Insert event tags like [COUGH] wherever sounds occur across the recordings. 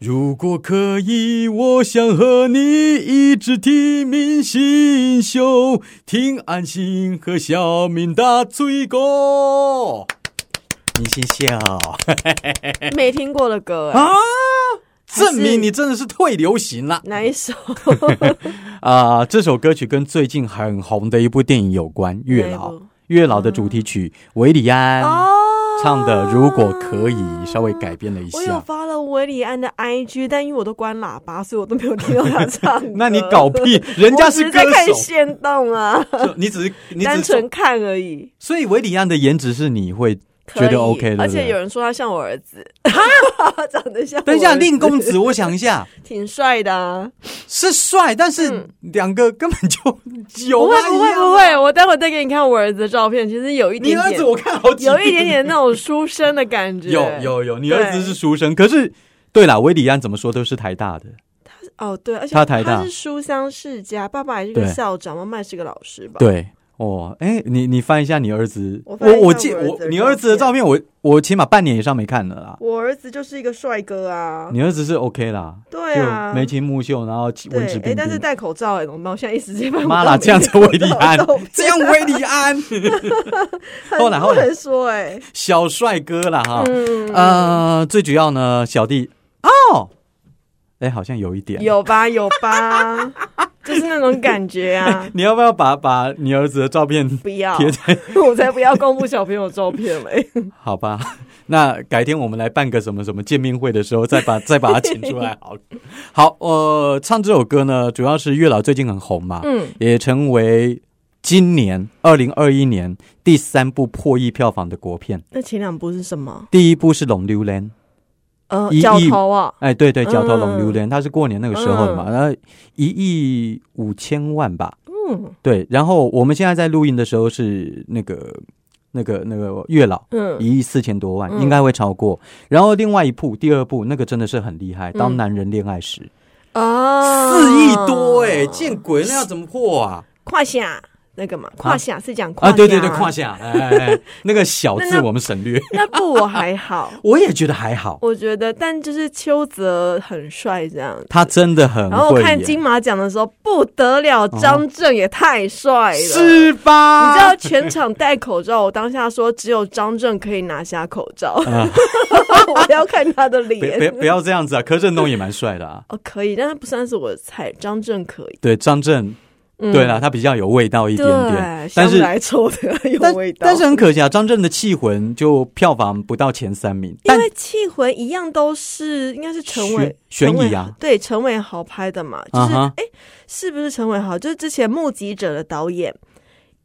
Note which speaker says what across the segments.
Speaker 1: 如果可以，我想和你一直听明星秀，听安心和小明打嘴鼓。明星秀
Speaker 2: [LAUGHS] 没听过的歌、哎
Speaker 1: 啊， [LAUGHS] 证明你真的是退流行了
Speaker 2: 哪一首？
Speaker 1: 啊、这首歌曲跟最近很红的一部电影有关，《月老
Speaker 2: 哪一》部。
Speaker 1: 月老的主题曲韦礼安、
Speaker 2: 哦
Speaker 1: 唱的，如果可以，稍微改编了一
Speaker 2: 我有
Speaker 1: 下。。
Speaker 2: 发了维里安的 IG，但因为我都关喇叭，所以我都没有听到他唱歌
Speaker 1: [LAUGHS] 那你搞屁，人家是
Speaker 2: [LAUGHS] 我只
Speaker 1: 歌
Speaker 2: 在看
Speaker 1: 手，
Speaker 2: 现动啊，
Speaker 1: 就你只是你
Speaker 2: 单
Speaker 1: 只是
Speaker 2: 纯看而已。
Speaker 1: 所以维里安的颜值是你会
Speaker 2: 可
Speaker 1: 觉
Speaker 2: 以
Speaker 1: 得 OK 的，
Speaker 2: 而且
Speaker 1: 对不对
Speaker 2: 有人说他像我儿子， [LAUGHS] 长得像我儿子。
Speaker 1: 等一下令公子，我想一下，
Speaker 2: [LAUGHS] 挺帅的啊，
Speaker 1: 是帅，但是两个根本就有
Speaker 2: 不会
Speaker 1: 啊
Speaker 2: 嗯不会不，
Speaker 1: 一样啊
Speaker 2: 会，我待会再给你看我儿子的照片，其实有一
Speaker 1: 啊你
Speaker 2: 点
Speaker 1: 儿
Speaker 2: 点
Speaker 1: 子，我看好几
Speaker 2: 有一点点那种书生的感觉。
Speaker 1: 有有有，你
Speaker 2: 对
Speaker 1: 儿子是书生，可是对啦，维里安怎么说都是台大的，
Speaker 2: 哦，对，而且
Speaker 1: 他台大
Speaker 2: 是书香世家，爸爸也是个
Speaker 1: 对
Speaker 2: 校长，妈妈也是个老师吧？，
Speaker 1: 对。哦，哎，你你翻一下你儿子，
Speaker 2: 我翻一
Speaker 1: 我
Speaker 2: 下
Speaker 1: 我
Speaker 2: 我
Speaker 1: 记
Speaker 2: 儿子
Speaker 1: 我
Speaker 2: 的
Speaker 1: 你
Speaker 2: 照
Speaker 1: 儿子的
Speaker 2: 片
Speaker 1: 照片我，我起码半年以上没看了啦。
Speaker 2: 我儿子就是一个帅哥啊，
Speaker 1: 你儿子是 OK 啦，
Speaker 2: 对啊
Speaker 1: 就眉清目秀，然后
Speaker 2: 对，
Speaker 1: 文质
Speaker 2: 哎
Speaker 1: 彬
Speaker 2: 但是
Speaker 1: 彬。
Speaker 2: 戴口罩哎、怎么 [LAUGHS] 办？我现在一时间办不到
Speaker 1: 妈啦，
Speaker 2: 每个
Speaker 1: 这样子维利安
Speaker 2: 口罩都， [LAUGHS]
Speaker 1: 这样维利安，后来后来
Speaker 2: 很多人说哎、
Speaker 1: 小帅哥啦哈。
Speaker 2: 嗯，
Speaker 1: 呃，最主要呢，小弟哦，哎，好像有一点。。
Speaker 2: 有吧有吧，就是那种感觉啊
Speaker 1: [LAUGHS] 你要不要把把你儿子的照片？
Speaker 2: 不要
Speaker 1: 贴，
Speaker 2: 我才不要公布小朋友照片
Speaker 1: [LAUGHS]
Speaker 2: 嘞！
Speaker 1: 好吧，那改天我们来办个什么什么见面会的时候，再
Speaker 2: [LAUGHS]
Speaker 1: 把再把他请出来好了。好，呃，唱这首歌呢，主要是月老最近很红嘛，
Speaker 2: 嗯，
Speaker 1: 也成为今年二零二一年第三部破亿票房的国片。
Speaker 2: 那前两部是什么？
Speaker 1: 第一部是《龙溜莲》，
Speaker 2: 呃
Speaker 1: 一亿，
Speaker 2: 角头啊，
Speaker 1: 哎，对对，角头龙溜
Speaker 2: 嗯
Speaker 1: 莲，它是过年那个时候的嘛，然后一亿五千万吧，
Speaker 2: 嗯
Speaker 1: 对。然后我们现在在录音的时候是那个那个那个月老。
Speaker 2: 嗯，
Speaker 1: 一亿四千多万，
Speaker 2: 嗯
Speaker 1: 应该会超过。然后另外一部，第二部那个真的是很厉害，《当
Speaker 2: 嗯
Speaker 1: 男人恋爱时》
Speaker 2: 啊，
Speaker 1: 哎，见鬼，那要怎么破啊？
Speaker 2: 胯下那个嘛，胯下是讲胯
Speaker 1: 啊，
Speaker 2: 下
Speaker 1: 对对对，胯下，哎哎，哎那个小字我们省略，
Speaker 2: [LAUGHS] 那部我还好，
Speaker 1: 我也觉得还好，
Speaker 2: 我觉得，但就是邱泽很帅这样。
Speaker 1: 他真的很
Speaker 2: 然后我
Speaker 1: 会
Speaker 2: 看
Speaker 1: 演哦
Speaker 2: 金马奖的时候不得了，张震也太帅了，
Speaker 1: 是啊吧？
Speaker 2: 你知道全场戴口罩，我当下说只有张震可以拿下口罩，
Speaker 1: 啊
Speaker 2: [LAUGHS] 我要看他的
Speaker 1: 别别
Speaker 2: 脸。
Speaker 1: 不要这样子啊！柯震东也蛮帅的啊。 [LAUGHS]
Speaker 2: 哦，可以，但他不算是我的菜，张震可以。
Speaker 1: 对，张震，
Speaker 2: 嗯
Speaker 1: 对啦，，他比较有味道一点点
Speaker 2: 对，，
Speaker 1: 但
Speaker 2: 香
Speaker 1: 是
Speaker 2: 来抽的有
Speaker 1: 但
Speaker 2: 味道。
Speaker 1: 但是很可惜啊，张震的《气魂》就票房不到前三名，
Speaker 2: 因
Speaker 1: 但
Speaker 2: 为《气魂》一样都是应该是陈伟
Speaker 1: 悬
Speaker 2: 陈伟
Speaker 1: 悬疑啊
Speaker 2: 对，陈伟豪拍的嘛，就
Speaker 1: 啊
Speaker 2: 是哎、
Speaker 1: 哈
Speaker 2: 诶是不是陈伟豪？就是之前《目击者》的导演，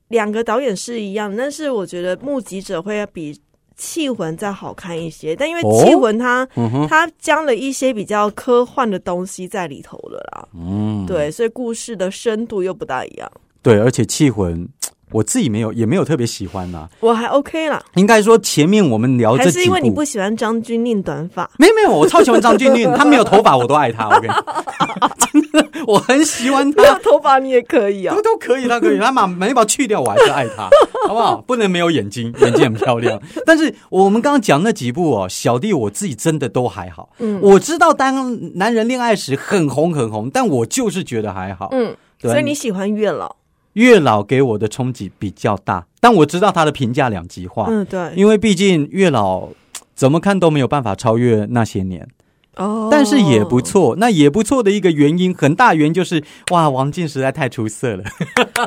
Speaker 2: 两个导演是一样，但是我觉得《目击者》会比《气魂》再好看一些，但因为
Speaker 1: 哦
Speaker 2: 《气魂它》
Speaker 1: 嗯
Speaker 2: 它
Speaker 1: 哼，
Speaker 2: 加了一些比较科幻的东西在里头了啦，
Speaker 1: 嗯，
Speaker 2: 对，所以故事的深度又不大一样，
Speaker 1: 对，而且《气魂》我自己没有也没有特别喜欢啦、
Speaker 2: 我还 OK 啦，
Speaker 1: 应该说前面我们聊
Speaker 2: 还
Speaker 1: 哦这
Speaker 2: 是
Speaker 1: 几
Speaker 2: 因为你
Speaker 1: 部
Speaker 2: 不。喜欢张钧甯短发。 [LAUGHS]
Speaker 1: 没有没有，我超喜欢张钧甯，他没有头发我都爱他，我跟你， [LAUGHS] 真的，我很喜欢他
Speaker 2: 没，有头发你也可以
Speaker 1: [LAUGHS]
Speaker 2: 啊
Speaker 1: 都，都可以，他可以，他把眉毛去掉，我还是爱
Speaker 2: [LAUGHS]
Speaker 1: 他，好不好？不能没有眼睛，眼睛很漂亮。但是我们刚刚讲那几部哦，小弟我自己真的都还好。
Speaker 2: 嗯
Speaker 1: 我知道当男人恋爱时很红很红，但我就是觉得还好。
Speaker 2: 嗯，
Speaker 1: 对啊
Speaker 2: 所以你喜欢月老？
Speaker 1: 月老给我的冲击比较大，但我知道他的评价两极化，
Speaker 2: 嗯，对。
Speaker 1: 啊因为毕竟月老怎么看都没有办法超越那些年。
Speaker 2: 哦
Speaker 1: 但是也
Speaker 2: [LAUGHS]
Speaker 1: 不。错，那也不错的一个原因，很大原因就是哇，王静实在太出色了。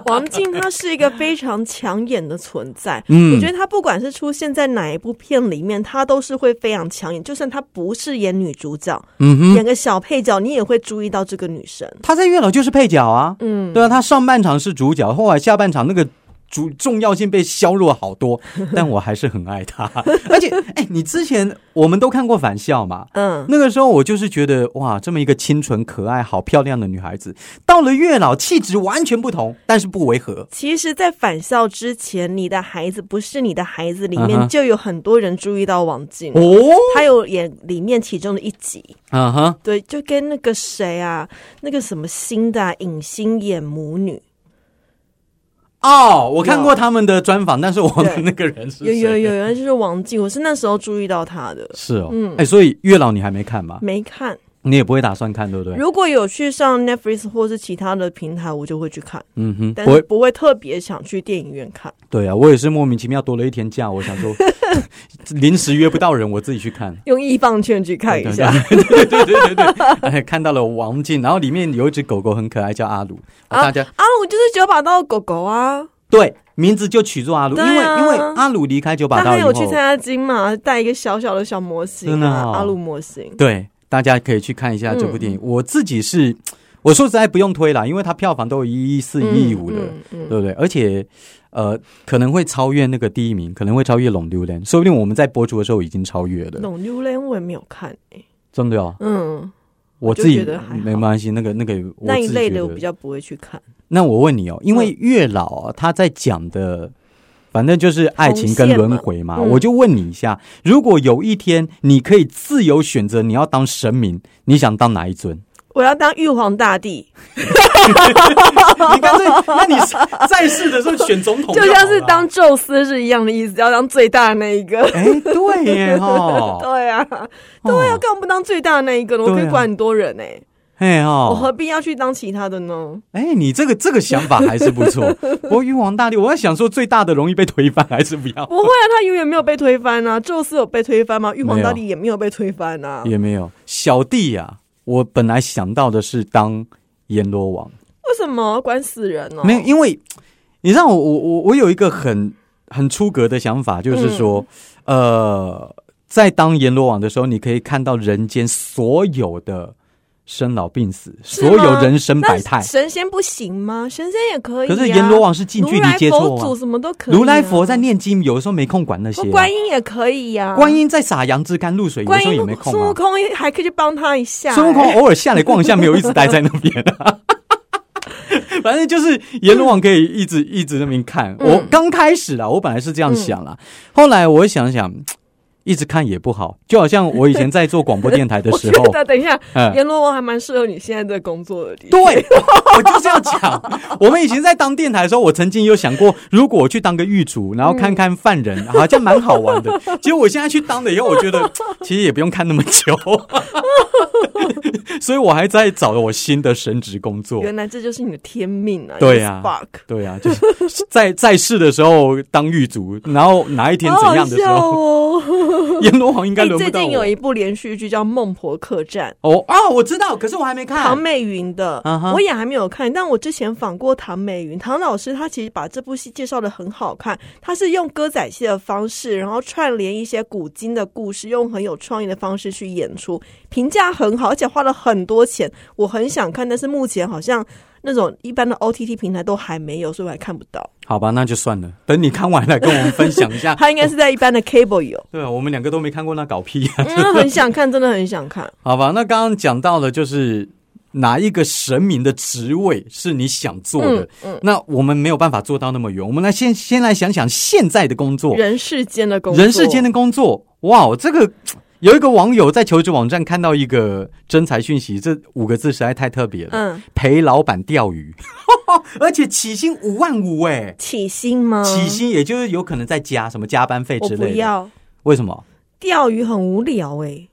Speaker 2: 王静她是一个非常抢眼的存在。
Speaker 1: [LAUGHS] 嗯
Speaker 2: 我觉得她不管是出现在哪一部片里面，她都是会非常抢眼。就算她不是演女主角，
Speaker 1: 嗯哼，
Speaker 2: 演个小配角，你也会注意到这个女生。
Speaker 1: 他在月老就是配角啊，
Speaker 2: 嗯，
Speaker 1: 对啊，他上半场是主角，后来下半场那个主重要性被削弱好
Speaker 2: [LAUGHS]
Speaker 1: 多，但我还是很爱他。而且，哎，你之前我们都看过《返校》嘛，
Speaker 2: 嗯，
Speaker 1: 那个时候我就是觉得哇，这么一个清纯可爱、好漂亮的女孩子，到了月老气质完全不同，但是不违和。
Speaker 2: 其实，在返校之前，你的孩子不是你的孩子
Speaker 1: 嗯
Speaker 2: 里
Speaker 1: 哼
Speaker 2: 面就有很多人注意到王静，
Speaker 1: 哦，
Speaker 2: 她有演里面其中的一集。
Speaker 1: 嗯哼，
Speaker 2: 对，就跟那个谁啊，那个什么新的、啊、影星演母女，
Speaker 1: 哦，我看过他们的专访，但是我忘了那个人是
Speaker 2: 有
Speaker 1: 谁。
Speaker 2: 有有有人就是王静，我是那时候注意到她的，
Speaker 1: 是哦，哎、所以月老你还没看吗？
Speaker 2: 没看
Speaker 1: 你也不会打算看，对不对？
Speaker 2: 嗯如果有去上 Netflix 或是其他的平台，我就会去看，
Speaker 1: 嗯哼，
Speaker 2: 但
Speaker 1: 我
Speaker 2: 是不会特别想去电影院看。
Speaker 1: 对啊，我也是莫名其妙多了一天假，我想
Speaker 2: [LAUGHS]
Speaker 1: 说临时约不到人，我自己去看。
Speaker 2: 用易放券去看一下，
Speaker 1: 对对对对对对，哎看到了王静，然后里面有一只狗狗很可爱，叫阿鲁，哦
Speaker 2: 啊
Speaker 1: 大家
Speaker 2: 阿鲁就是九把刀的狗狗啊，
Speaker 1: 对名字就取作阿鲁，
Speaker 2: 对
Speaker 1: 因为
Speaker 2: 啊
Speaker 1: 因为阿鲁离开九把
Speaker 2: 他
Speaker 1: 刀
Speaker 2: 还
Speaker 1: 以
Speaker 2: 有去参
Speaker 1: 后，
Speaker 2: 加金马，带一个小小的小模型、
Speaker 1: 真的
Speaker 2: 啊，
Speaker 1: 哦
Speaker 2: 阿鲁模型。
Speaker 1: 对大家可以去看一下这部电影。我自己
Speaker 2: 嗯
Speaker 1: 是我说实在不用推啦，因为它票房都有一亿四、一亿五了，
Speaker 2: 嗯嗯嗯
Speaker 1: 对不对？而且呃可能会超越那个第一名，可能会超越《龙榴莲》，说不定我们在播出的时候已经超越了，
Speaker 2: 龙溜莲我也没有看诶、
Speaker 1: 真的哦。
Speaker 2: 嗯，
Speaker 1: 我
Speaker 2: 就
Speaker 1: 自己
Speaker 2: 觉得还好
Speaker 1: 没关系，那个那个我
Speaker 2: 那一
Speaker 1: 自己
Speaker 2: 类
Speaker 1: 觉
Speaker 2: 的
Speaker 1: 得
Speaker 2: 我比较嗯不会去看。
Speaker 1: 那我问你哦，因为月老啊他在讲的，反正就是爱情跟轮回嘛，
Speaker 2: 红线嘛嗯
Speaker 1: 我就问你一下，如果有一天你可以自由选择你要当神明，你想当哪一尊？
Speaker 2: 我要当玉皇大帝，
Speaker 1: 你干脆，那你在世的时候选总统
Speaker 2: 就像是当。宙斯是一样的意思，要当最大的那一个。
Speaker 1: 哎，对耶
Speaker 2: [LAUGHS]
Speaker 1: 哈，
Speaker 2: 对啊，对啊，
Speaker 1: 哦，
Speaker 2: 干嘛不当最大的那一个呢？我
Speaker 1: 对啊
Speaker 2: 可以管很多人诶，
Speaker 1: 哎
Speaker 2: 我何
Speaker 1: 哦，
Speaker 2: 必要去当其他的呢？
Speaker 1: 哎，你这个这个想法还是不
Speaker 2: [LAUGHS]
Speaker 1: 错。不过玉皇大帝，我在想说最大的容易被推翻，还是不要
Speaker 2: 不会啊，他永远没有被推翻啊！宙斯有被推翻吗？玉皇
Speaker 1: 没有
Speaker 2: 大帝也没有被推翻啊！
Speaker 1: 也没有。小弟呀、我本来想到的是当阎罗王，
Speaker 2: 为什么管死人哦？
Speaker 1: 没有，因为你让我我我我有一个很很出格的想法，就是说，
Speaker 2: 嗯
Speaker 1: 呃，在当阎罗王的时候，你可以看到人间所有的生老病死，
Speaker 2: 是吗
Speaker 1: 所有人生百
Speaker 2: 那
Speaker 1: 态。
Speaker 2: 神仙不行吗？神仙也可以、啊。
Speaker 1: 可是阎罗王是近距离接触
Speaker 2: 如来佛
Speaker 1: 啊
Speaker 2: 祖，什么都可以、啊。
Speaker 1: 如来佛在，念经，有的时候没空管那些啊、
Speaker 2: 哦观音也可以呀、
Speaker 1: 观音在撒杨枝甘露水，有的
Speaker 2: 观
Speaker 1: 时候也
Speaker 2: 音
Speaker 1: 没空
Speaker 2: 孙悟
Speaker 1: 啊。
Speaker 2: 空也还可以去帮他一下、欸
Speaker 1: 孙悟空偶尔下来逛一下，没有一直待在那
Speaker 2: [LAUGHS]
Speaker 1: 边、啊。反正就是阎罗王可以一直、一直那边看。
Speaker 2: 嗯
Speaker 1: 我刚开始啦，我本来是这样想啦，后来我想想，一直看也不好，就好像我以前在做广播电台的
Speaker 2: [LAUGHS] 我
Speaker 1: 时
Speaker 2: 觉
Speaker 1: 候，
Speaker 2: 得等一下，
Speaker 1: 嗯，
Speaker 2: 阎罗王还蛮适合你现在的工作的地
Speaker 1: [LAUGHS]
Speaker 2: 方。
Speaker 1: 对，
Speaker 2: [LAUGHS]
Speaker 1: 我就是要讲，我们以前在当电台的时候，我曾经有想过，如果我去当个狱卒，然后看看犯人，好像蛮好玩
Speaker 2: [LAUGHS]
Speaker 1: 的。结果我现在去当了以后，我觉得其实也不用看那么
Speaker 2: [LAUGHS]
Speaker 1: 久，所以我还在找我新的神职工作。
Speaker 2: 原来这就是你的天命啊！
Speaker 1: 对啊
Speaker 2: s
Speaker 1: 对啊，就是在在世的时候当狱卒，然后哪一天
Speaker 2: p a r
Speaker 1: 怎
Speaker 2: 好
Speaker 1: 样
Speaker 2: 好
Speaker 1: 的时
Speaker 2: 笑
Speaker 1: 候，
Speaker 2: 哦！
Speaker 1: [LAUGHS] 阎罗王应该
Speaker 2: 哎
Speaker 1: 轮不
Speaker 2: 最
Speaker 1: 到
Speaker 2: 近有
Speaker 1: 我。
Speaker 2: 一部连续剧叫《孟婆客栈
Speaker 1: 哦啊，我知道，可是我还没》，看
Speaker 2: 唐。美云的
Speaker 1: 啊哈
Speaker 2: 我也还没有看。但我之前访过唐美云，唐老师他其实把这部戏介绍的很好看，他是用歌仔戏的方式，然后串联一些古今的故事，用很有创意的方式去演出，评价很好，而且花了很多钱。我很想看，但是目前好像那种一般的 OTT 平台都还没有，所以我还看不到。
Speaker 1: 好吧，那就算了，等你看完了跟我们分享一
Speaker 2: [LAUGHS]
Speaker 1: 下。
Speaker 2: 他应该是在一般的 cable 有，
Speaker 1: 对啊，我们两个都没看过那搞屁啊。
Speaker 2: 嗯，很想看，真的很
Speaker 1: [LAUGHS]
Speaker 2: 想看。
Speaker 1: 好吧，那刚刚讲到了，就是哪一个神明的职位是你想做的？
Speaker 2: 嗯
Speaker 1: 那我们没有办法做到那么远，我们来先先来想想现在的工作，
Speaker 2: 人世间的工作，
Speaker 1: 人世间
Speaker 2: 的
Speaker 1: 的工作。哇，这个有一个网友在求职网站看到一个真才讯息，这五个字实在太特别了，
Speaker 2: 嗯，
Speaker 1: 陪老板钓
Speaker 2: [LAUGHS]
Speaker 1: 鱼，而且起薪五万五哎。
Speaker 2: 起薪吗？
Speaker 1: 起薪也就是有可能再加什么加班费
Speaker 2: 我
Speaker 1: 之
Speaker 2: 不
Speaker 1: 类的，
Speaker 2: 要。
Speaker 1: 为什么？
Speaker 2: 钓鱼很无聊哎、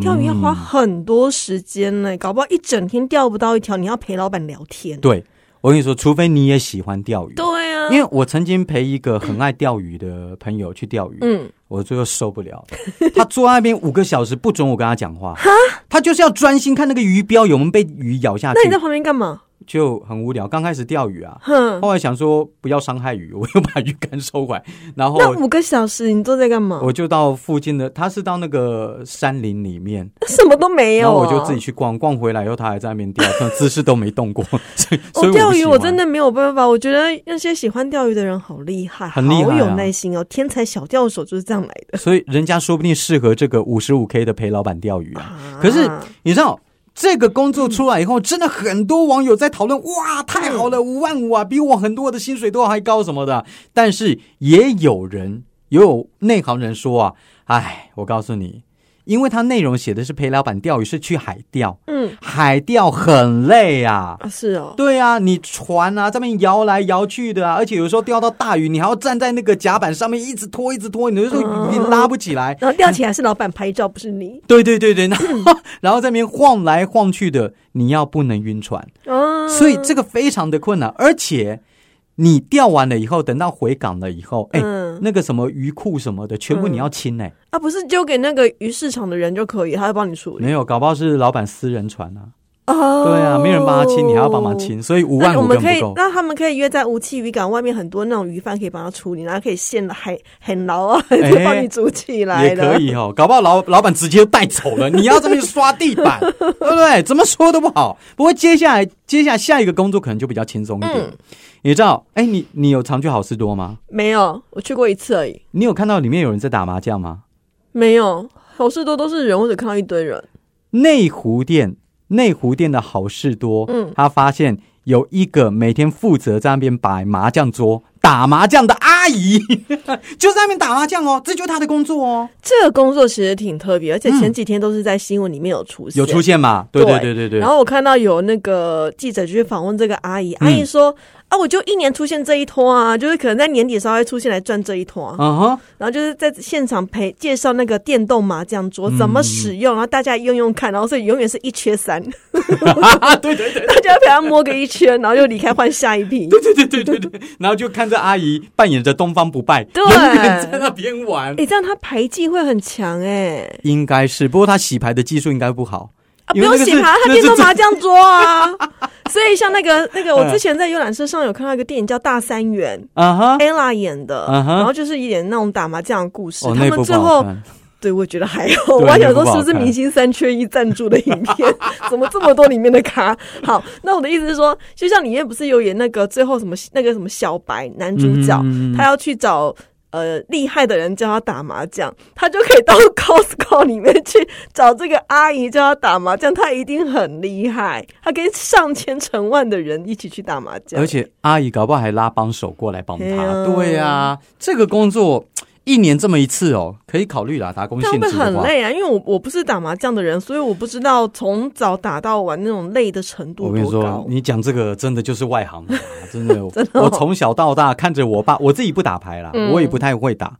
Speaker 2: 钓鱼要花
Speaker 1: 嗯
Speaker 2: 很多时间呢、搞不好一整天钓不到一条，你要陪老板聊天。
Speaker 1: 对，我跟你说，除非你也喜欢钓鱼，
Speaker 2: 对啊，
Speaker 1: 因为我曾经陪一个很爱钓鱼的朋友去钓鱼，
Speaker 2: 嗯，
Speaker 1: 我最后受不了，他坐在那边五个小时不准我跟他讲
Speaker 2: [LAUGHS]
Speaker 1: 话，他就是要专心看那个鱼标有没有被鱼咬下去
Speaker 2: 那你，在旁边干嘛？
Speaker 1: 就很无聊。刚开始钓鱼啊，
Speaker 2: 哼，
Speaker 1: 后来想说不要伤害鱼，我又把鱼竿收回来，然
Speaker 2: 那
Speaker 1: 后
Speaker 2: 五个小时你都在干嘛？
Speaker 1: 我就到附近的，他是到那个山林里面，
Speaker 2: [LAUGHS] 什么都没
Speaker 1: 然
Speaker 2: 有、
Speaker 1: 后
Speaker 2: 啊。
Speaker 1: 我就自己。去逛，逛回来以后他还在那边钓，那姿势都没动过，所以 [LAUGHS] 所
Speaker 2: 哦，
Speaker 1: 以
Speaker 2: 钓鱼我
Speaker 1: 我
Speaker 2: 真的没有办法，我觉得那些喜欢钓鱼的人好厉害，
Speaker 1: 很厉害啊
Speaker 2: 好有耐心哦。天才小钓手就是这样来的。
Speaker 1: 的，所以人家说不定适合这个五十五 K 的陪老板钓鱼啊。
Speaker 2: 啊
Speaker 1: 可是你知道这个工作出来以后，真的很多网友在讨论，哇，太好
Speaker 2: 嗯
Speaker 1: 了，五万五啊，比我很多的薪水都还高什么的。但是也有人，也有内行人说啊，哎，我告诉你，因为它内容写的是裴老板钓鱼是去海钓，
Speaker 2: 嗯
Speaker 1: 海钓很累
Speaker 2: [LAUGHS]
Speaker 1: 啊。
Speaker 2: 啊，是哦，
Speaker 1: 对啊，你船啊，这边摇来摇去的啊，而且有时候钓到大鱼，你还要站在那个甲板上面一直拖，一直拖，你有时候你
Speaker 2: 嗯
Speaker 1: 拉不起来。
Speaker 2: 然后吊起来是老板拍照，不是你
Speaker 1: 对对对 [LAUGHS] 对，然后然后在那边晃来晃去的，你要不能晕船，
Speaker 2: 啊，
Speaker 1: 所以这个非常的困难，而且你钓完了以后，等到回港了以后，哎、
Speaker 2: 嗯
Speaker 1: 那个什么鱼库什么的，全部你要清哎、
Speaker 2: 啊，不是丢给那个鱼市场的人就可以，他会帮你处理。
Speaker 1: 没有，搞不好是老板私人船啊，
Speaker 2: 哦
Speaker 1: 对啊，没人帮他清，你还要帮忙。清，所以五万
Speaker 2: 那我
Speaker 1: 五
Speaker 2: 们
Speaker 1: 更
Speaker 2: 可以
Speaker 1: 不够，。
Speaker 2: 那他们可以约在无期渔港外面，很多那种鱼贩可以帮他处理，然后可以现海很牢啊， [LAUGHS]
Speaker 1: 哎
Speaker 2: 就帮你煮起来
Speaker 1: 也
Speaker 2: 的。
Speaker 1: 可以哦，搞不好老老板直接带走了，你要这边刷地
Speaker 2: [LAUGHS]
Speaker 1: 板，对不对？怎么说都不好。不过接下来，接下来下一个工作可能就比较轻松一点。
Speaker 2: 嗯
Speaker 1: 你知道，哎，你你有常去好事多吗？
Speaker 2: 没有，我去过一次而已，
Speaker 1: 你有看到里面有人在打麻将吗？
Speaker 2: 没有。好事多都是人，我只看到一堆人。
Speaker 1: 内湖店，内湖店的好事多，
Speaker 2: 嗯
Speaker 1: 他发现有一个每天负责在那边摆麻将桌、打麻将的阿姨， [LAUGHS] 就在那边打麻将哦，这就是他的工作哦，
Speaker 2: 这个工作其实挺特别，而且前几天都是在新闻里面有出
Speaker 1: 嗯
Speaker 2: 现，
Speaker 1: 有出现嘛？对对
Speaker 2: 对
Speaker 1: 对对对。
Speaker 2: 然后我看到有那个记者去访问这个阿姨，
Speaker 1: 嗯
Speaker 2: 阿姨说：“啊，我就一年出现这一托啊，就是可能在年底的时候会出现来赚这一托啊。
Speaker 1: 嗯哼， [LAUGHS]
Speaker 2: 然后就是在现场陪介绍那个电动麻将桌
Speaker 1: 嗯
Speaker 2: 怎么使用，然后大家用用看，然后所以永远是一缺三，
Speaker 1: [LAUGHS] 对对对
Speaker 2: 大家陪她摸个一圈，然后又离开换下一批。
Speaker 1: 对对对对对对，然后就看着阿姨扮演着东方不败，
Speaker 2: 对
Speaker 1: 永远在那边玩
Speaker 2: 哎、，这样他牌技会很强哎、
Speaker 1: 应该是，不过他洗牌的技术应该不好，
Speaker 2: 啊，不
Speaker 1: 因为
Speaker 2: 用
Speaker 1: 那个
Speaker 2: 洗
Speaker 1: 是
Speaker 2: 牌，他
Speaker 1: 那
Speaker 2: 电
Speaker 1: 是
Speaker 2: 动
Speaker 1: 真
Speaker 2: 麻将桌
Speaker 1: [LAUGHS]
Speaker 2: 啊。所以像那个那个，我
Speaker 1: 嗯
Speaker 2: 之前在游览车上有看到一个电影叫《大三元》
Speaker 1: 啊哈，
Speaker 2: ，ella 演的，
Speaker 1: 嗯哼
Speaker 2: 然后就是一点那种打麻将的故事。
Speaker 1: 哦，
Speaker 2: 他
Speaker 1: 那
Speaker 2: 们
Speaker 1: 部不
Speaker 2: 最
Speaker 1: 好
Speaker 2: 后
Speaker 1: 看，
Speaker 2: 对，我觉得还好。我
Speaker 1: 对
Speaker 2: 还想
Speaker 1: 那个
Speaker 2: 说，
Speaker 1: 不好
Speaker 2: 是不是
Speaker 1: 看
Speaker 2: 明星三缺一赞助的影
Speaker 1: [LAUGHS]
Speaker 2: 片？怎么这么多里面的咖？好，那我的意思是说，就像里面不是有演那个最后什么那个什么小白男主角，
Speaker 1: 嗯
Speaker 2: 他要去找。呃，厉害的人教他打麻将，他就可以到 [LAUGHS] Costco 里面去找这个阿姨教他打麻将，他一定很厉害，他跟上千成万的人一起去打麻将，
Speaker 1: 而且阿姨搞不好还拉帮手过来帮
Speaker 2: 哎呀
Speaker 1: 他。对呀、这个工作一年这么一次哦，可以考虑啦。打工
Speaker 2: 这样
Speaker 1: 性
Speaker 2: 会
Speaker 1: 质
Speaker 2: 很
Speaker 1: 的话，
Speaker 2: 累啊，因为我我不是打麻将的人，所以我不知道从早打到晚那种累的程
Speaker 1: 我
Speaker 2: 度
Speaker 1: 跟你
Speaker 2: 多
Speaker 1: 说
Speaker 2: 高，。哦
Speaker 1: 你讲这个真的就是外行
Speaker 2: [LAUGHS]
Speaker 1: 了啦，真的。我从小到大看着我爸，我自己不打牌啦，
Speaker 2: 嗯
Speaker 1: 我也不太会打。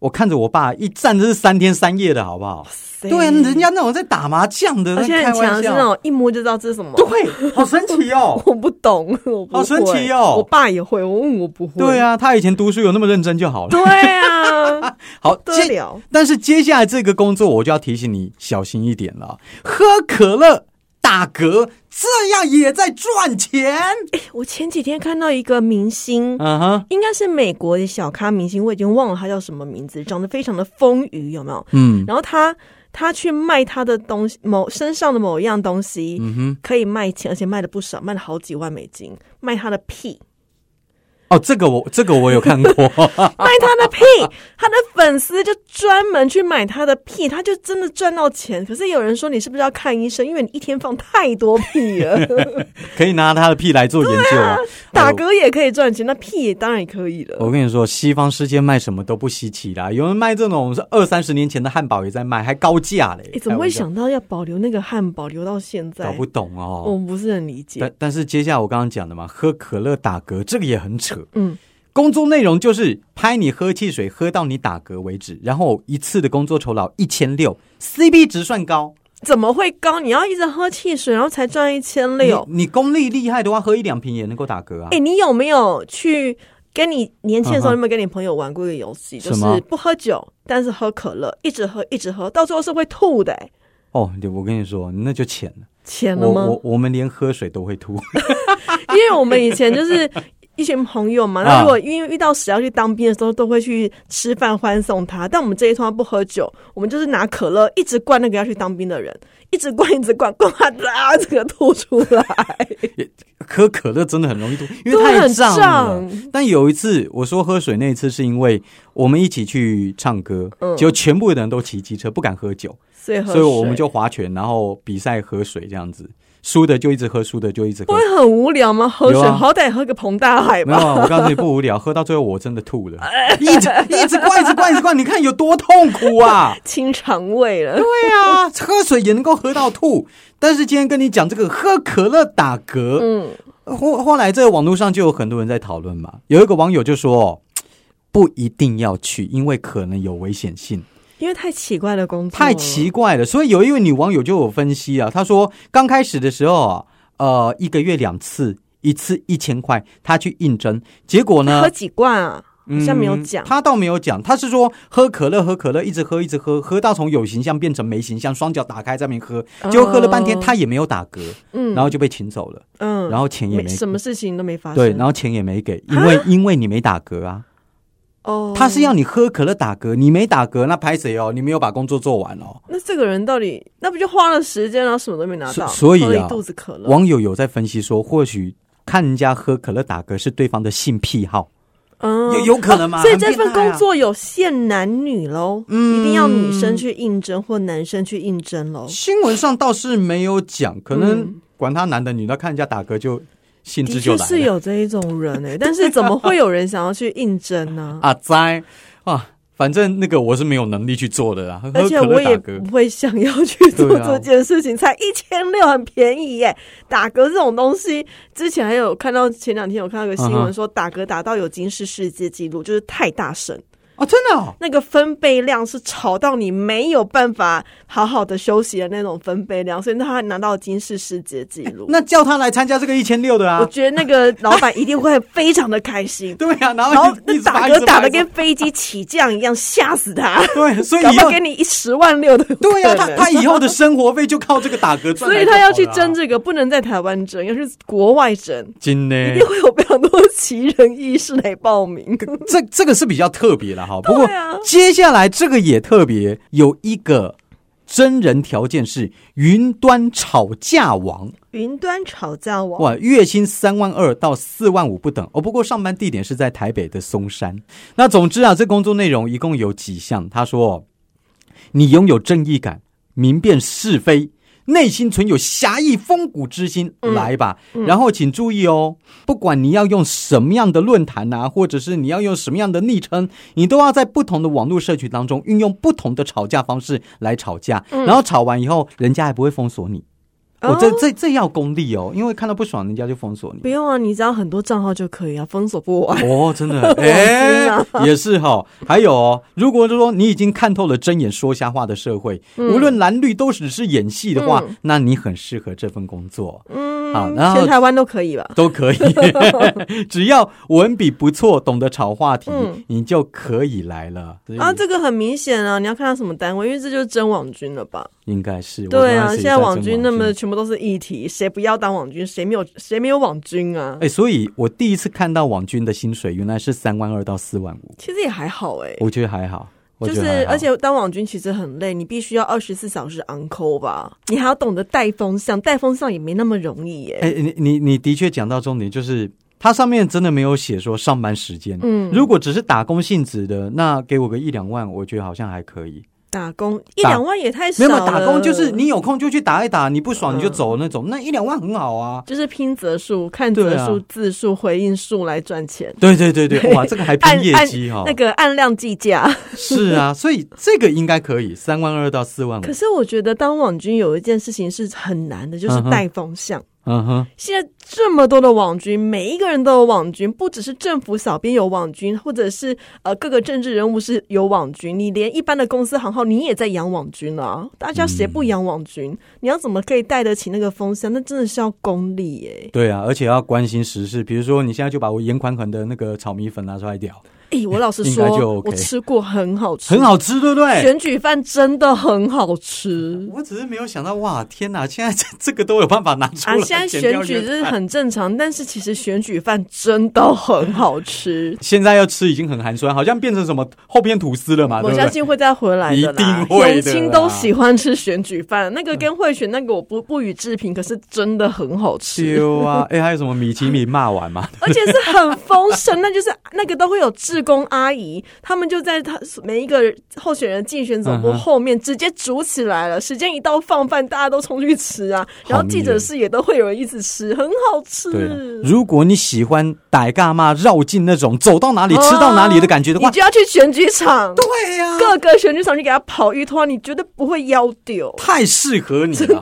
Speaker 1: 我看着我爸一站就是三天三夜的，好不好？
Speaker 2: 塞
Speaker 1: 对啊，人家那种在打麻将的，
Speaker 2: 而且
Speaker 1: 在开
Speaker 2: 很强，哦
Speaker 1: 玩
Speaker 2: 是
Speaker 1: 笑
Speaker 2: 那种一摸就知道这是什么。
Speaker 1: 对，好神奇
Speaker 2: [LAUGHS]
Speaker 1: 哦。
Speaker 2: 我不懂，我不会
Speaker 1: 好神奇哦
Speaker 2: 我爸也会，我问我不会。
Speaker 1: 对，啊，他以前读书有那么认真就好了。
Speaker 2: 对
Speaker 1: [LAUGHS]
Speaker 2: 啊，
Speaker 1: 好，
Speaker 2: 得
Speaker 1: 接
Speaker 2: 了。
Speaker 1: 但是接下来这个工作，我就要提醒你小心一点了。喝可乐、打嗝，这样也在赚钱。
Speaker 2: 哎我前几天看到一个明星。
Speaker 1: 嗯哼，
Speaker 2: 应该是美国的小咖明星，我已经忘了他叫什么名字，长得非常的丰腴，有没有？
Speaker 1: 嗯
Speaker 2: 然后他他去卖他的东西，某身上的某一样东西，
Speaker 1: 嗯哼，
Speaker 2: 可以卖钱，而且卖的不少，卖了好几万美金，卖他的屁，
Speaker 1: 哦，这个我这个我有看过， [LAUGHS]
Speaker 2: 卖他的屁，他的粉丝就专门去买他的屁，他就真的赚到钱。可是有人说你是不是要看医生，因为你一天放太多
Speaker 1: [LAUGHS]
Speaker 2: 屁了，
Speaker 1: 可以拿他的屁来做研究
Speaker 2: [LAUGHS]
Speaker 1: 啊。哎
Speaker 2: 打嗝也可以赚钱，那屁也当然也可以了。
Speaker 1: 我跟你说，西方世界卖什么都不稀奇啦，有人卖这种是二三十年前的汉堡也在卖，还高价嘞。
Speaker 2: 哎，怎么会
Speaker 1: 开玩
Speaker 2: 想到要保留那个汉堡留到现
Speaker 1: 笑？搞
Speaker 2: 在？
Speaker 1: 不懂哦。
Speaker 2: 我们不是很理解
Speaker 1: 但。但是接下来我刚刚讲的嘛，喝可乐打嗝这个也很扯。
Speaker 2: 嗯，
Speaker 1: 工作内容就是拍你喝汽水喝到你打嗝为止，然后一次的工作酬劳一千六，CP 值算高。
Speaker 2: 怎么会高？你要一直喝汽水，然后才赚一千六？
Speaker 1: 你你功力厉害的话，喝一两瓶也能够打嗝啊。
Speaker 2: 哎、你有没有去跟你年轻的时候，
Speaker 1: 嗯哼
Speaker 2: 有没有跟你朋友玩过一个游戏，就
Speaker 1: 什么
Speaker 2: 是不喝酒，但是喝可乐，一直喝一直喝，到最后是会吐的、欸，
Speaker 1: 哦，你我跟你说，那就浅了。
Speaker 2: 钱了
Speaker 1: 我
Speaker 2: 吗？
Speaker 1: 我我们连喝水都会吐。 [LAUGHS]
Speaker 2: 因为我们以前就是。一群朋
Speaker 1: [LAUGHS]
Speaker 2: 友嘛，
Speaker 1: 啊
Speaker 2: 那如果因为遇到谁要去当兵的时候，都会去吃饭欢送他。但我们这一通不喝酒，我们就是拿可乐一直灌那个要去当兵的人，一直灌一直灌， [LAUGHS] 灌他啊，这个吐出来，
Speaker 1: 喝可乐真的很容易吐，因为
Speaker 2: 对
Speaker 1: 太
Speaker 2: 很
Speaker 1: 胀了
Speaker 2: 胀。
Speaker 1: 但有一次我说喝水那一次，是因为我们一起去唱歌，
Speaker 2: 嗯
Speaker 1: 结果全部的人都骑机车，不敢喝酒。
Speaker 2: 所以喝
Speaker 1: 所以我们
Speaker 2: 水
Speaker 1: 就划拳，然后比赛喝水这样子。输的就一直喝，输的就一直
Speaker 2: 不
Speaker 1: 喝。
Speaker 2: 会很无聊吗？喝水、
Speaker 1: 有啊
Speaker 2: 好歹喝个彭大海
Speaker 1: 没有，啊
Speaker 2: 吧。
Speaker 1: 我告诉你不无聊，喝到最后我真的吐
Speaker 2: [LAUGHS]
Speaker 1: 了，一直一直灌，一直灌，一直灌，你看有多痛苦啊！
Speaker 2: 清肠胃了，
Speaker 1: 对啊，喝水也能够喝到吐，但是今天跟你讲这个喝可乐打嗝，
Speaker 2: 嗯，
Speaker 1: 后后来，这个网络上就有很多人在讨论嘛。有一个网友就说：“不一定要去，因为可能有危险性，
Speaker 2: 因为太奇怪的工作，
Speaker 1: 太，奇怪了。”所以有一位女网友就有分析啊，她说刚开始的时候啊，呃，一个月两次，一次一千块，她去应征，结果呢
Speaker 2: 喝，几罐啊？ [LAUGHS] 好像没有讲
Speaker 1: 呃嗯她倒没有讲，她是说喝可乐，喝可乐，一直喝，一直喝，喝到从有形象变成没形象，双脚打开在那边喝，结果喝了半天，
Speaker 2: 哦
Speaker 1: 她也没有打嗝，
Speaker 2: 嗯
Speaker 1: 然后就被请走了，
Speaker 2: 嗯，
Speaker 1: 然后钱也
Speaker 2: 没
Speaker 1: 没
Speaker 2: 什么事情都没发生，
Speaker 1: 对，然后钱也没给，因为因为你没打嗝啊，
Speaker 2: 哦，
Speaker 1: 他是要你喝可乐打嗝，你没打嗝，那拍谁哦？你没有把工作做完哦。
Speaker 2: 那这个人到底那不就花了时间，然后什么都没拿到，
Speaker 1: 所所以啊
Speaker 2: 喝了一肚子可乐，
Speaker 1: 网友有在分析说，或许看人家喝可乐打嗝是对方的性癖好，
Speaker 2: 嗯
Speaker 1: 有有可能吗
Speaker 2: 所以
Speaker 1: 很
Speaker 2: 这
Speaker 1: 变态
Speaker 2: 份
Speaker 1: 啊
Speaker 2: 工作有限男女喽，
Speaker 1: 嗯嗯
Speaker 2: 一定要女生去应征或男生去应征喽。
Speaker 1: 新闻上倒是没有讲，可能
Speaker 2: 嗯
Speaker 1: 管他男的女的，看人家打嗝就兴致
Speaker 2: 的
Speaker 1: 就
Speaker 2: 确
Speaker 1: 来
Speaker 2: 是
Speaker 1: 了。
Speaker 2: 有这一种人诶、但是怎么会有人想要去应征呢？
Speaker 1: 啊哉啊，反正那个我是没有能力去做的啦，喝
Speaker 2: 而且
Speaker 1: 可
Speaker 2: 我
Speaker 1: 乐打
Speaker 2: 也
Speaker 1: 嗝
Speaker 2: 不。会想要去做
Speaker 1: 对啊
Speaker 2: 这件事情，才一千六，很便宜耶、打嗝这种东西，之前还有看到前两天有看到一个新
Speaker 1: 嗯哼
Speaker 2: 闻说，打嗝打到有金氏世界纪录，就是太大声，
Speaker 1: 哦，真的、哦，
Speaker 2: 那个分贝量是吵到你没有办法好好的休息的那种分贝量，所以他拿到金氏世界纪录。
Speaker 1: [LAUGHS] 那叫他来参加这个一千六的
Speaker 2: 我
Speaker 1: 啊，
Speaker 2: 觉得那个老板一定会非常的开
Speaker 1: [LAUGHS]，
Speaker 2: 心
Speaker 1: 对呀、然
Speaker 2: 然后
Speaker 1: 后一
Speaker 2: 那
Speaker 1: 直
Speaker 2: 打
Speaker 1: 一直
Speaker 2: 嗝打
Speaker 1: 一
Speaker 2: 的
Speaker 1: 直
Speaker 2: 跟飞机起降一样，吓死
Speaker 1: [LAUGHS]
Speaker 2: 他，
Speaker 1: 对，所以
Speaker 2: 搞
Speaker 1: 以
Speaker 2: 不
Speaker 1: 后
Speaker 2: 好给你一十万六的可能。
Speaker 1: 对呀、他他以后的生活费就靠这个打嗝赚
Speaker 2: 所
Speaker 1: 来就好了啊。
Speaker 2: 以他要去争这个，不能在台湾争，要去国外争，
Speaker 1: 金呢？
Speaker 2: 一定会有非常多奇人异事来报名。 [LAUGHS]
Speaker 1: 这这个是比较特别了哈。不过
Speaker 2: 对啊
Speaker 1: 接下来这个也特别，有一个真人条件是云端吵架王，
Speaker 2: 云端吵架网，
Speaker 1: 哇，月薪三万二到四万五不等哦。不过上班地点是在台北的松山。那总之啊，这工作内容一共有几项？他说，你拥有正义感，明辨是非。内心存有侠义风骨之心，
Speaker 2: 嗯
Speaker 1: 来吧。
Speaker 2: 嗯
Speaker 1: 然后请注意哦，不管你要用什么样的论坛啊，或者是你要用什么样的昵称，你都要在不同的网络社群当中运用不同的吵架方式来吵架。
Speaker 2: 嗯
Speaker 1: 然后吵完以后，人家还不会封锁你。我、这
Speaker 2: 哦
Speaker 1: 这这要功力哦，因为看到不爽人家就封锁
Speaker 2: 不
Speaker 1: 你。
Speaker 2: 用啊，你只要很多账号就可以啊，封锁不完。
Speaker 1: [LAUGHS] 哦，真 [LAUGHS] 的，哎、也是哈、还有哦，如果说你已经看透了睁眼说瞎话的社会，无论蓝绿都只是演戏的话，
Speaker 2: 嗯
Speaker 1: 那你很适合这份工作，
Speaker 2: 嗯
Speaker 1: 好然后
Speaker 2: 全台湾都可以吧？
Speaker 1: [LAUGHS] 都可以。 [LAUGHS] 只要文笔不错，懂得炒话题，
Speaker 2: 嗯
Speaker 1: 你就可以来了。所以
Speaker 2: 啊，这个很明显啊，你要看他什么单位，因为这就是真网军了吧？
Speaker 1: 应该是我
Speaker 2: 对啊，
Speaker 1: 刚开始
Speaker 2: 现
Speaker 1: 也在
Speaker 2: 在网
Speaker 1: 争
Speaker 2: 军那么全部都是议题，谁不要当网军？谁没有谁没有网军啊
Speaker 1: 哎、？所以我第一次看到网军的薪水原来是三万二到四万五，
Speaker 2: 其实也还好哎、
Speaker 1: 我觉得还好。我
Speaker 2: 就
Speaker 1: 觉
Speaker 2: 是
Speaker 1: 得还，好
Speaker 2: 而且当网军其实很累，你必须要二十四小时 on call 吧，你还要懂得带风向，带风向也没那么容易耶、
Speaker 1: 哎、你你你的确讲到重点，就是它上面真的没有写说上班时间。
Speaker 2: 嗯，
Speaker 1: 如果只是打工性质的，那给我个一两万，我觉得好像还可以。
Speaker 2: 打工一两万也太
Speaker 1: 没
Speaker 2: 少
Speaker 1: 有
Speaker 2: 了。嗯
Speaker 1: 没有打工，就是你有空就去打一打，你不爽你就走那种，那一两万很好啊。
Speaker 2: 就是拼则数、看则数、
Speaker 1: 对啊
Speaker 2: 字数、回应数来赚钱，
Speaker 1: 对对对对，哇，这个还拼业绩哈、
Speaker 2: 那个按量计价。
Speaker 1: 是啊，所以这个应该可以，三万二到四万五
Speaker 2: 可，是我觉得当网军有一件事情是很难的，就是
Speaker 1: 嗯哼
Speaker 2: 带风向。
Speaker 1: 嗯哼，
Speaker 2: 现在这么多的网军，每一个人都有网军，不只是政府小编有网军，或者是呃各个政治人物是有网军，你连一般的公司行号你也在养网军啊！大家谁不养网军？你要怎么可以带得起那个风向？那真的是要功力耶、
Speaker 1: 对啊，而且要关心时事，比如说你现在就把我严宽宽的那个炒米粉拿出来聊，
Speaker 2: 诶、哎我老实
Speaker 1: 应
Speaker 2: 说
Speaker 1: 该就 OK
Speaker 2: 我吃过，很好吃，
Speaker 1: 很。好哎吃，对不对？
Speaker 2: 选举饭真的很
Speaker 1: [LAUGHS]
Speaker 2: 好吃
Speaker 1: 我只是没有想到，哇，天哪！现在这这个都有办法拿出
Speaker 2: 啊
Speaker 1: 来。！
Speaker 2: 现在
Speaker 1: 剪掉
Speaker 2: 选举
Speaker 1: 原，
Speaker 2: 是很正常，但是其实选举饭真的很好吃
Speaker 1: [LAUGHS] 现在要吃已经很寒酸，好像变成什么后边吐司了嘛，
Speaker 2: 我
Speaker 1: 啊对不
Speaker 2: 相
Speaker 1: 对？
Speaker 2: 信会再回来的啦。
Speaker 1: 一定会的啦嗯
Speaker 2: 永清都喜欢吃选举饭，那个跟贿选那个我不不予置评，可是真的很
Speaker 1: [LAUGHS]
Speaker 2: 好吃， [LAUGHS]
Speaker 1: 丢啊！哎、还有什么米其林骂完嘛？
Speaker 2: 而且是很丰盛，那就是那个都会有制志工阿姨，他们就在他每一个候选人竞选总部
Speaker 1: 嗯哼
Speaker 2: 后面直接煮起来了。时间一到放饭，大家都冲去吃啊，然后记者室也都会有人一直吃，很好吃。
Speaker 1: 对啊，如果你喜欢逮干嘛绕境那种走到哪里吃到哪里的感觉的话
Speaker 2: 你，就要去选举场，
Speaker 1: 对啊呀、
Speaker 2: 各个选举场去给他跑一通，你绝对不会腰丢。
Speaker 1: 太适合你了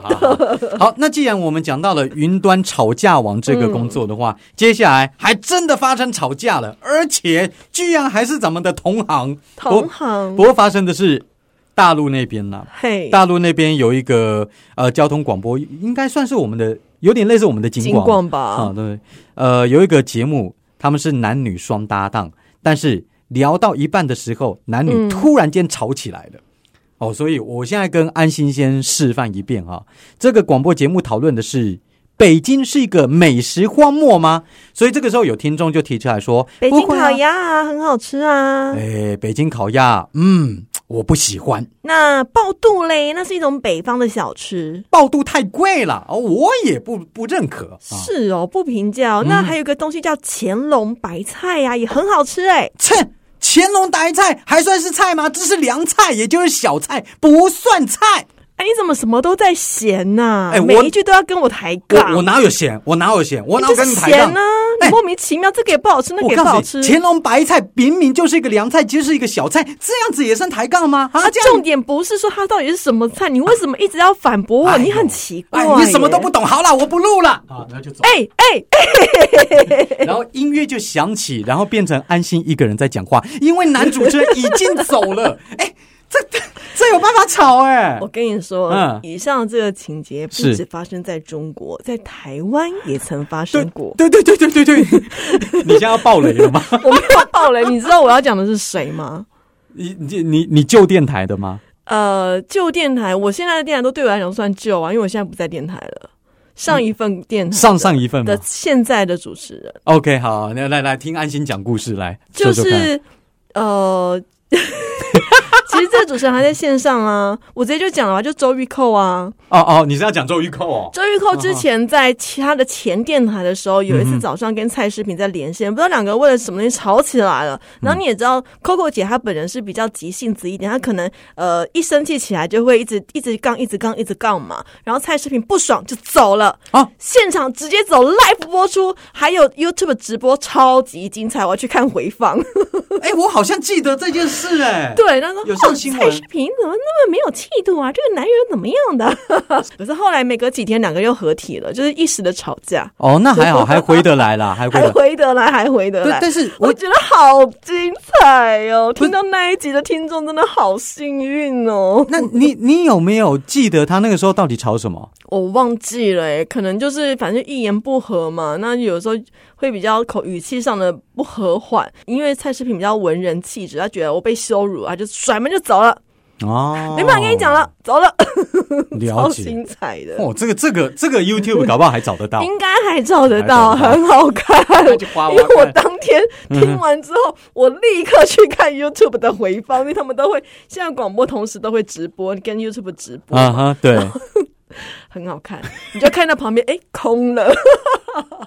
Speaker 1: 哈。
Speaker 2: [LAUGHS]
Speaker 1: 好，那既然我们讲到了云端吵架王这个工作的话，
Speaker 2: 嗯
Speaker 1: 接下来还真的发生吵架了，而且居然还是咱们的同行。
Speaker 2: 同
Speaker 1: 不
Speaker 2: 行，
Speaker 1: 过发生的是大陆那边啦，
Speaker 2: 嘿，
Speaker 1: 大陆那边有一个呃交通广播，应该算是我们的，有点类似我们的警
Speaker 2: 金
Speaker 1: 广
Speaker 2: 广
Speaker 1: 啊、
Speaker 2: 吧，
Speaker 1: 对，呃，有一个节目，他们是男女双搭档，但是聊到一半的时候，男女
Speaker 2: 嗯
Speaker 1: 突然间吵起来了。哦，所以我现在跟安心先示范一遍啊，这个广播节目讨论的是。北京是一个美食荒漠吗？所以这个时候有听众就提出来说：“
Speaker 2: 北
Speaker 1: 不
Speaker 2: 京
Speaker 1: 会啊
Speaker 2: 烤鸭啊，很好吃啊。
Speaker 1: 哎，北京烤鸭，嗯，我不喜欢，
Speaker 2: 那爆肚嘞，那是一种北方的小吃。
Speaker 1: 爆肚太贵了，哦，我也不不认可啊。
Speaker 2: 是哦，不评价哦。
Speaker 1: 嗯
Speaker 2: 那还有一个东西叫乾隆白菜啊呀、也很好吃哎。
Speaker 1: 切，乾隆白菜还算是菜吗？这是凉菜，也就是小菜，不算菜。
Speaker 2: 哎，你怎么什么都在嫌呐、
Speaker 1: 哎我
Speaker 2: 每一句都要跟我抬杠。
Speaker 1: 我我哪有闲？我哪有闲？我哪有
Speaker 2: 你就
Speaker 1: 跟
Speaker 2: 是
Speaker 1: 抬
Speaker 2: 咸
Speaker 1: 杠？
Speaker 2: 呢、
Speaker 1: 哎
Speaker 2: 你莫名其妙，这个也不好吃，那个
Speaker 1: 我
Speaker 2: 也不
Speaker 1: 告
Speaker 2: 好
Speaker 1: 诉
Speaker 2: 吃
Speaker 1: 你，。乾隆白菜明明就是一个凉菜，其实是一个小菜，这样子也算抬杠吗？啊，
Speaker 2: 啊，
Speaker 1: 这
Speaker 2: 重
Speaker 1: 样。
Speaker 2: 点不是说它到底是什么菜，你为什么一直要反驳我？
Speaker 1: 哎呦
Speaker 2: 你很奇怪、
Speaker 1: 哎，你什么都不。懂，好了，我不录了啊，然后就走。
Speaker 2: 哎哎哎，
Speaker 1: 然后音乐就响起，然后变成安心一个人在讲话，因为男主持人已经走 [LAUGHS] 了。哎，这这这有办法吵哎、
Speaker 2: 我跟你说，
Speaker 1: 嗯
Speaker 2: 以上这个情节不
Speaker 1: 是
Speaker 2: 止发生在中国，在台湾也曾发
Speaker 1: 对
Speaker 2: 生过。
Speaker 1: 对对对对对对， [LAUGHS] 你现在要爆雷了吗？
Speaker 2: 我没有爆雷，你知道我要讲的是谁吗？
Speaker 1: 你你你你旧电台的吗？
Speaker 2: 呃，旧电台，我现在的电台都对我来讲算旧啊，因为我现在不在电台了。上一份电台的
Speaker 1: 嗯上上一份吗
Speaker 2: 的现在的主持人
Speaker 1: ？OK，好，那来来听安心讲故事，来
Speaker 2: 就
Speaker 1: 说说看
Speaker 2: 是呃， [LAUGHS] 其实这个主持人还在线上啊，我直接就讲了吧，就周玉蔻啊。
Speaker 1: 哦哦，你是要讲周玉蔻哦？
Speaker 2: 周玉蔻之前在其他的前电台的时候，有一
Speaker 1: 嗯
Speaker 2: 次早上跟蔡诗萍在连线，不知道两个为了什么东西吵起来了。
Speaker 1: 嗯
Speaker 2: 然后你也知道，Coco 姐她本人是比较急性子一点，她可能呃一生气起来就会一直一直杠，一直杠，一直杠嘛。然后蔡诗萍不爽就走了，
Speaker 1: 啊，
Speaker 2: 现场直接走 live 播出，还有 YouTube 直播超级精彩，我要去看
Speaker 1: [LAUGHS]
Speaker 2: 回放。
Speaker 1: [LAUGHS] 哎、我好像记得这件事哎、
Speaker 2: 对，他说
Speaker 1: 有上
Speaker 2: 哦
Speaker 1: 新
Speaker 2: 蔡
Speaker 1: 闻
Speaker 2: 诗萍怎么那么没有气度啊？这个男人怎么样的？ [LAUGHS] 可是后来每隔几天两个又合体了，就是一时的吵架，
Speaker 1: 哦，那还好，还回得来啦，还回
Speaker 2: 还
Speaker 1: 得来。
Speaker 2: 回得来，还回得
Speaker 1: 对
Speaker 2: 来，。
Speaker 1: 但是我
Speaker 2: 我觉得好精彩哦！听到那一集的听众真的好幸运哦，
Speaker 1: 那你你有没有记得他那个时候到底吵什么？
Speaker 2: 我忘记了诶，可能就是反正一言不合嘛，那有时候会比较口语气上的不和缓，因为蔡诗萍比较文人气质，她觉得我被羞辱，她就甩门就走了，
Speaker 1: 哦，
Speaker 2: 没办法跟你讲，了，走了，
Speaker 1: 了
Speaker 2: [LAUGHS] 超
Speaker 1: 解。
Speaker 2: 精彩的。
Speaker 1: 哦，这个这个这个 YouTube 搞不好还找
Speaker 2: [LAUGHS]
Speaker 1: 得到，
Speaker 2: 应该还找得到，
Speaker 1: 还找
Speaker 2: 很好看。
Speaker 1: 那就花
Speaker 2: 因为我当天听完之后，我立刻去看 YouTube 的回放，因为他们都会现在广播同时都会直播，跟 YouTube 直播，
Speaker 1: 啊哈，
Speaker 2: [LAUGHS]
Speaker 1: 对。
Speaker 2: 很好看。你就看到旁边，哎、空了。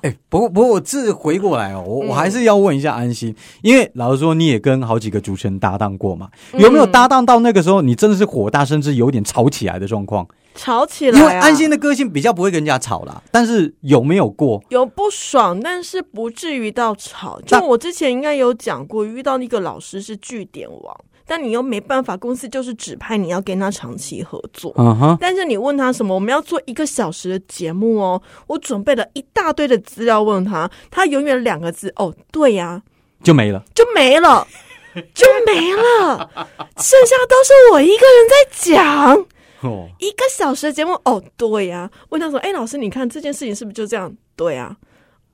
Speaker 1: 哎、不过不过我这回过来哦，我我
Speaker 2: 嗯
Speaker 1: 还是要问一下安心，因为老实说你也跟好几个主持人搭档过嘛，
Speaker 2: 嗯
Speaker 1: 有没有搭档到那个时候你真的是火大，甚至有点吵起来的状况？
Speaker 2: 吵起
Speaker 1: 因为
Speaker 2: 来、啊，
Speaker 1: 安心的个性比较不会跟人家吵啦，但是有没有过？
Speaker 2: 有不爽，但是不至于到吵。就
Speaker 1: 但
Speaker 2: 我之前应该有讲过，遇到一个老师是据点王，但你又没办法，公司就是指派你要跟他长期合作。
Speaker 1: 嗯哼，
Speaker 2: 但是你问他什么，我们要做一个小时的节目哦，我准备了一大堆的资料问他，他永远两个字哦，对呀、
Speaker 1: 就没了。
Speaker 2: 就没了，就没了，剩下都是我一个人在讲。
Speaker 1: 哦，
Speaker 2: 一个小时的节目，哦，对呀、问他说，哎，老师，你看这件事情是不是就这样？对呀、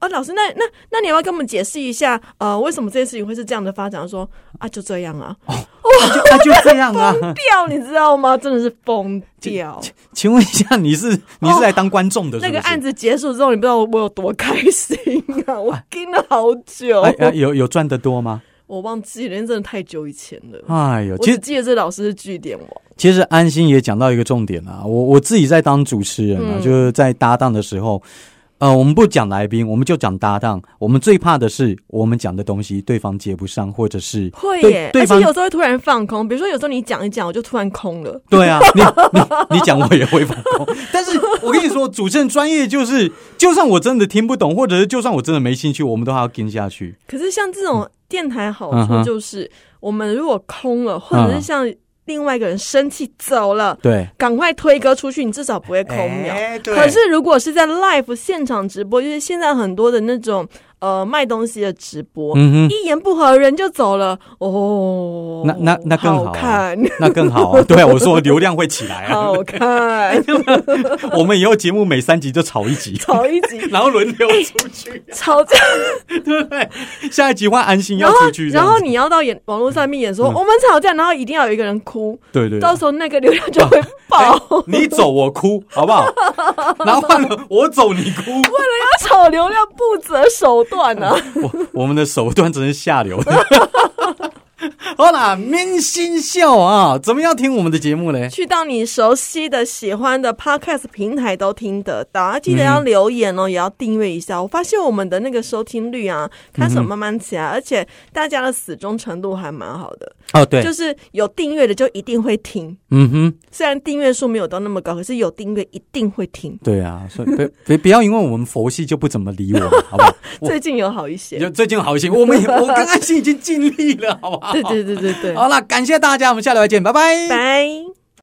Speaker 2: 哦，老师，那那那你要不要跟我们解释一下，呃，为什么这件事情会是这样的发展？他说啊，就这样啊，
Speaker 1: 那就那就这样啊。 [LAUGHS]
Speaker 2: 掉，你知道吗？真的是疯掉。
Speaker 1: 请问一下，你是你是来当观众的是不
Speaker 2: 哦那
Speaker 1: 是？
Speaker 2: 个案子结束之后，你不知道我有多开心
Speaker 1: [LAUGHS]
Speaker 2: 啊！我跟了好久，
Speaker 1: 哎哎有有赚得多吗？
Speaker 2: 我忘记了，因为真的太久以前了。
Speaker 1: 哎呦，
Speaker 2: 我
Speaker 1: 其
Speaker 2: 只
Speaker 1: 实
Speaker 2: 记得这老师是据点王，
Speaker 1: 其实安心也讲到一个重点啊，我我自己在当主持人啊，
Speaker 2: 嗯
Speaker 1: 就是在搭档的时候，呃，我们不讲来宾，我们就讲搭档。我们最怕的是我们讲的东西对方接不上，或者
Speaker 2: [LAUGHS]
Speaker 1: 是
Speaker 2: 会
Speaker 1: 对
Speaker 2: 耶，
Speaker 1: 对
Speaker 2: 而且
Speaker 1: 方
Speaker 2: 有时候会突然放空，比如说有时候你讲一讲，我就突然空了。
Speaker 1: 对啊，你你你讲我也会反攻，但是我跟你说，主持人专业就是，就算我真的听不懂，或者是就算我真的没兴趣，我们都还要跟下去。
Speaker 2: 可是像这种电台好
Speaker 1: 嗯
Speaker 2: 处
Speaker 1: 哼嗯
Speaker 2: 就是，我们如果空了，或者是像另外一个人生气走了，
Speaker 1: 对，
Speaker 2: 赶快推歌出去，你至少不会空秒。
Speaker 1: 哎对
Speaker 2: 可是如果是在 live 现场直播，就是现在很多的那种呃卖东西的直播，
Speaker 1: [LAUGHS]
Speaker 2: [LAUGHS]
Speaker 1: 嗯哼，
Speaker 2: 一言不合人就走了哦，
Speaker 1: 那那那更好啊
Speaker 2: 看，
Speaker 1: [LAUGHS] 那更好啊。对啊，我说流量会起来
Speaker 2: [LAUGHS]
Speaker 1: 啊。[LAUGHS]
Speaker 2: 好看，
Speaker 1: 我们以后节目每三集就炒一集，
Speaker 2: 吵一
Speaker 1: [LAUGHS]
Speaker 2: 集，
Speaker 1: 然后轮流出去，
Speaker 2: 吵架，
Speaker 1: 对不 [LAUGHS] 对？下一集换安心
Speaker 2: 然
Speaker 1: 要
Speaker 2: 后
Speaker 1: 出去，这
Speaker 2: 然
Speaker 1: 样
Speaker 2: 后
Speaker 1: 子
Speaker 2: 你要到演网络上面演说哦
Speaker 1: 嗯
Speaker 2: 我们吵架，然后一定要有一个人哭，
Speaker 1: 对啊哦对对
Speaker 2: 到时候那个流量就会爆。 [LAUGHS]
Speaker 1: 你走我哭，好不好？然后换了我走你哭，
Speaker 2: 要炒流量不择手
Speaker 1: [LAUGHS]
Speaker 2: 段呢、啊。
Speaker 1: 我我们的手段真是下流 [LAUGHS] 的。好啦，明星秀啊，怎么样听我们的节目嘞？
Speaker 2: 去到你熟悉的、喜欢的 podcast 平台都听得到，啊，记得要
Speaker 1: 嗯
Speaker 2: 留言哦，也要订阅一下。我发现我们的那个收听率啊，开
Speaker 1: 嗯
Speaker 2: 始有慢慢起来，而且大家的死忠程度还蛮好的，
Speaker 1: 哦，对
Speaker 2: 就是有订阅的就一定会听。
Speaker 1: 嗯哼，
Speaker 2: 虽然订阅数没有到那么高，可是有订阅一定会听。
Speaker 1: 对啊，所以别别不要因为我们佛系就不怎么理我们，
Speaker 2: [LAUGHS]
Speaker 1: 好不好？我
Speaker 2: 最近有好一些，
Speaker 1: 就最近好一些，我们也我跟安心已经尽力了，好不好？
Speaker 2: 对对对对对，
Speaker 1: 哦好了，感谢大家，我们下礼拜见，拜拜。
Speaker 2: 拜。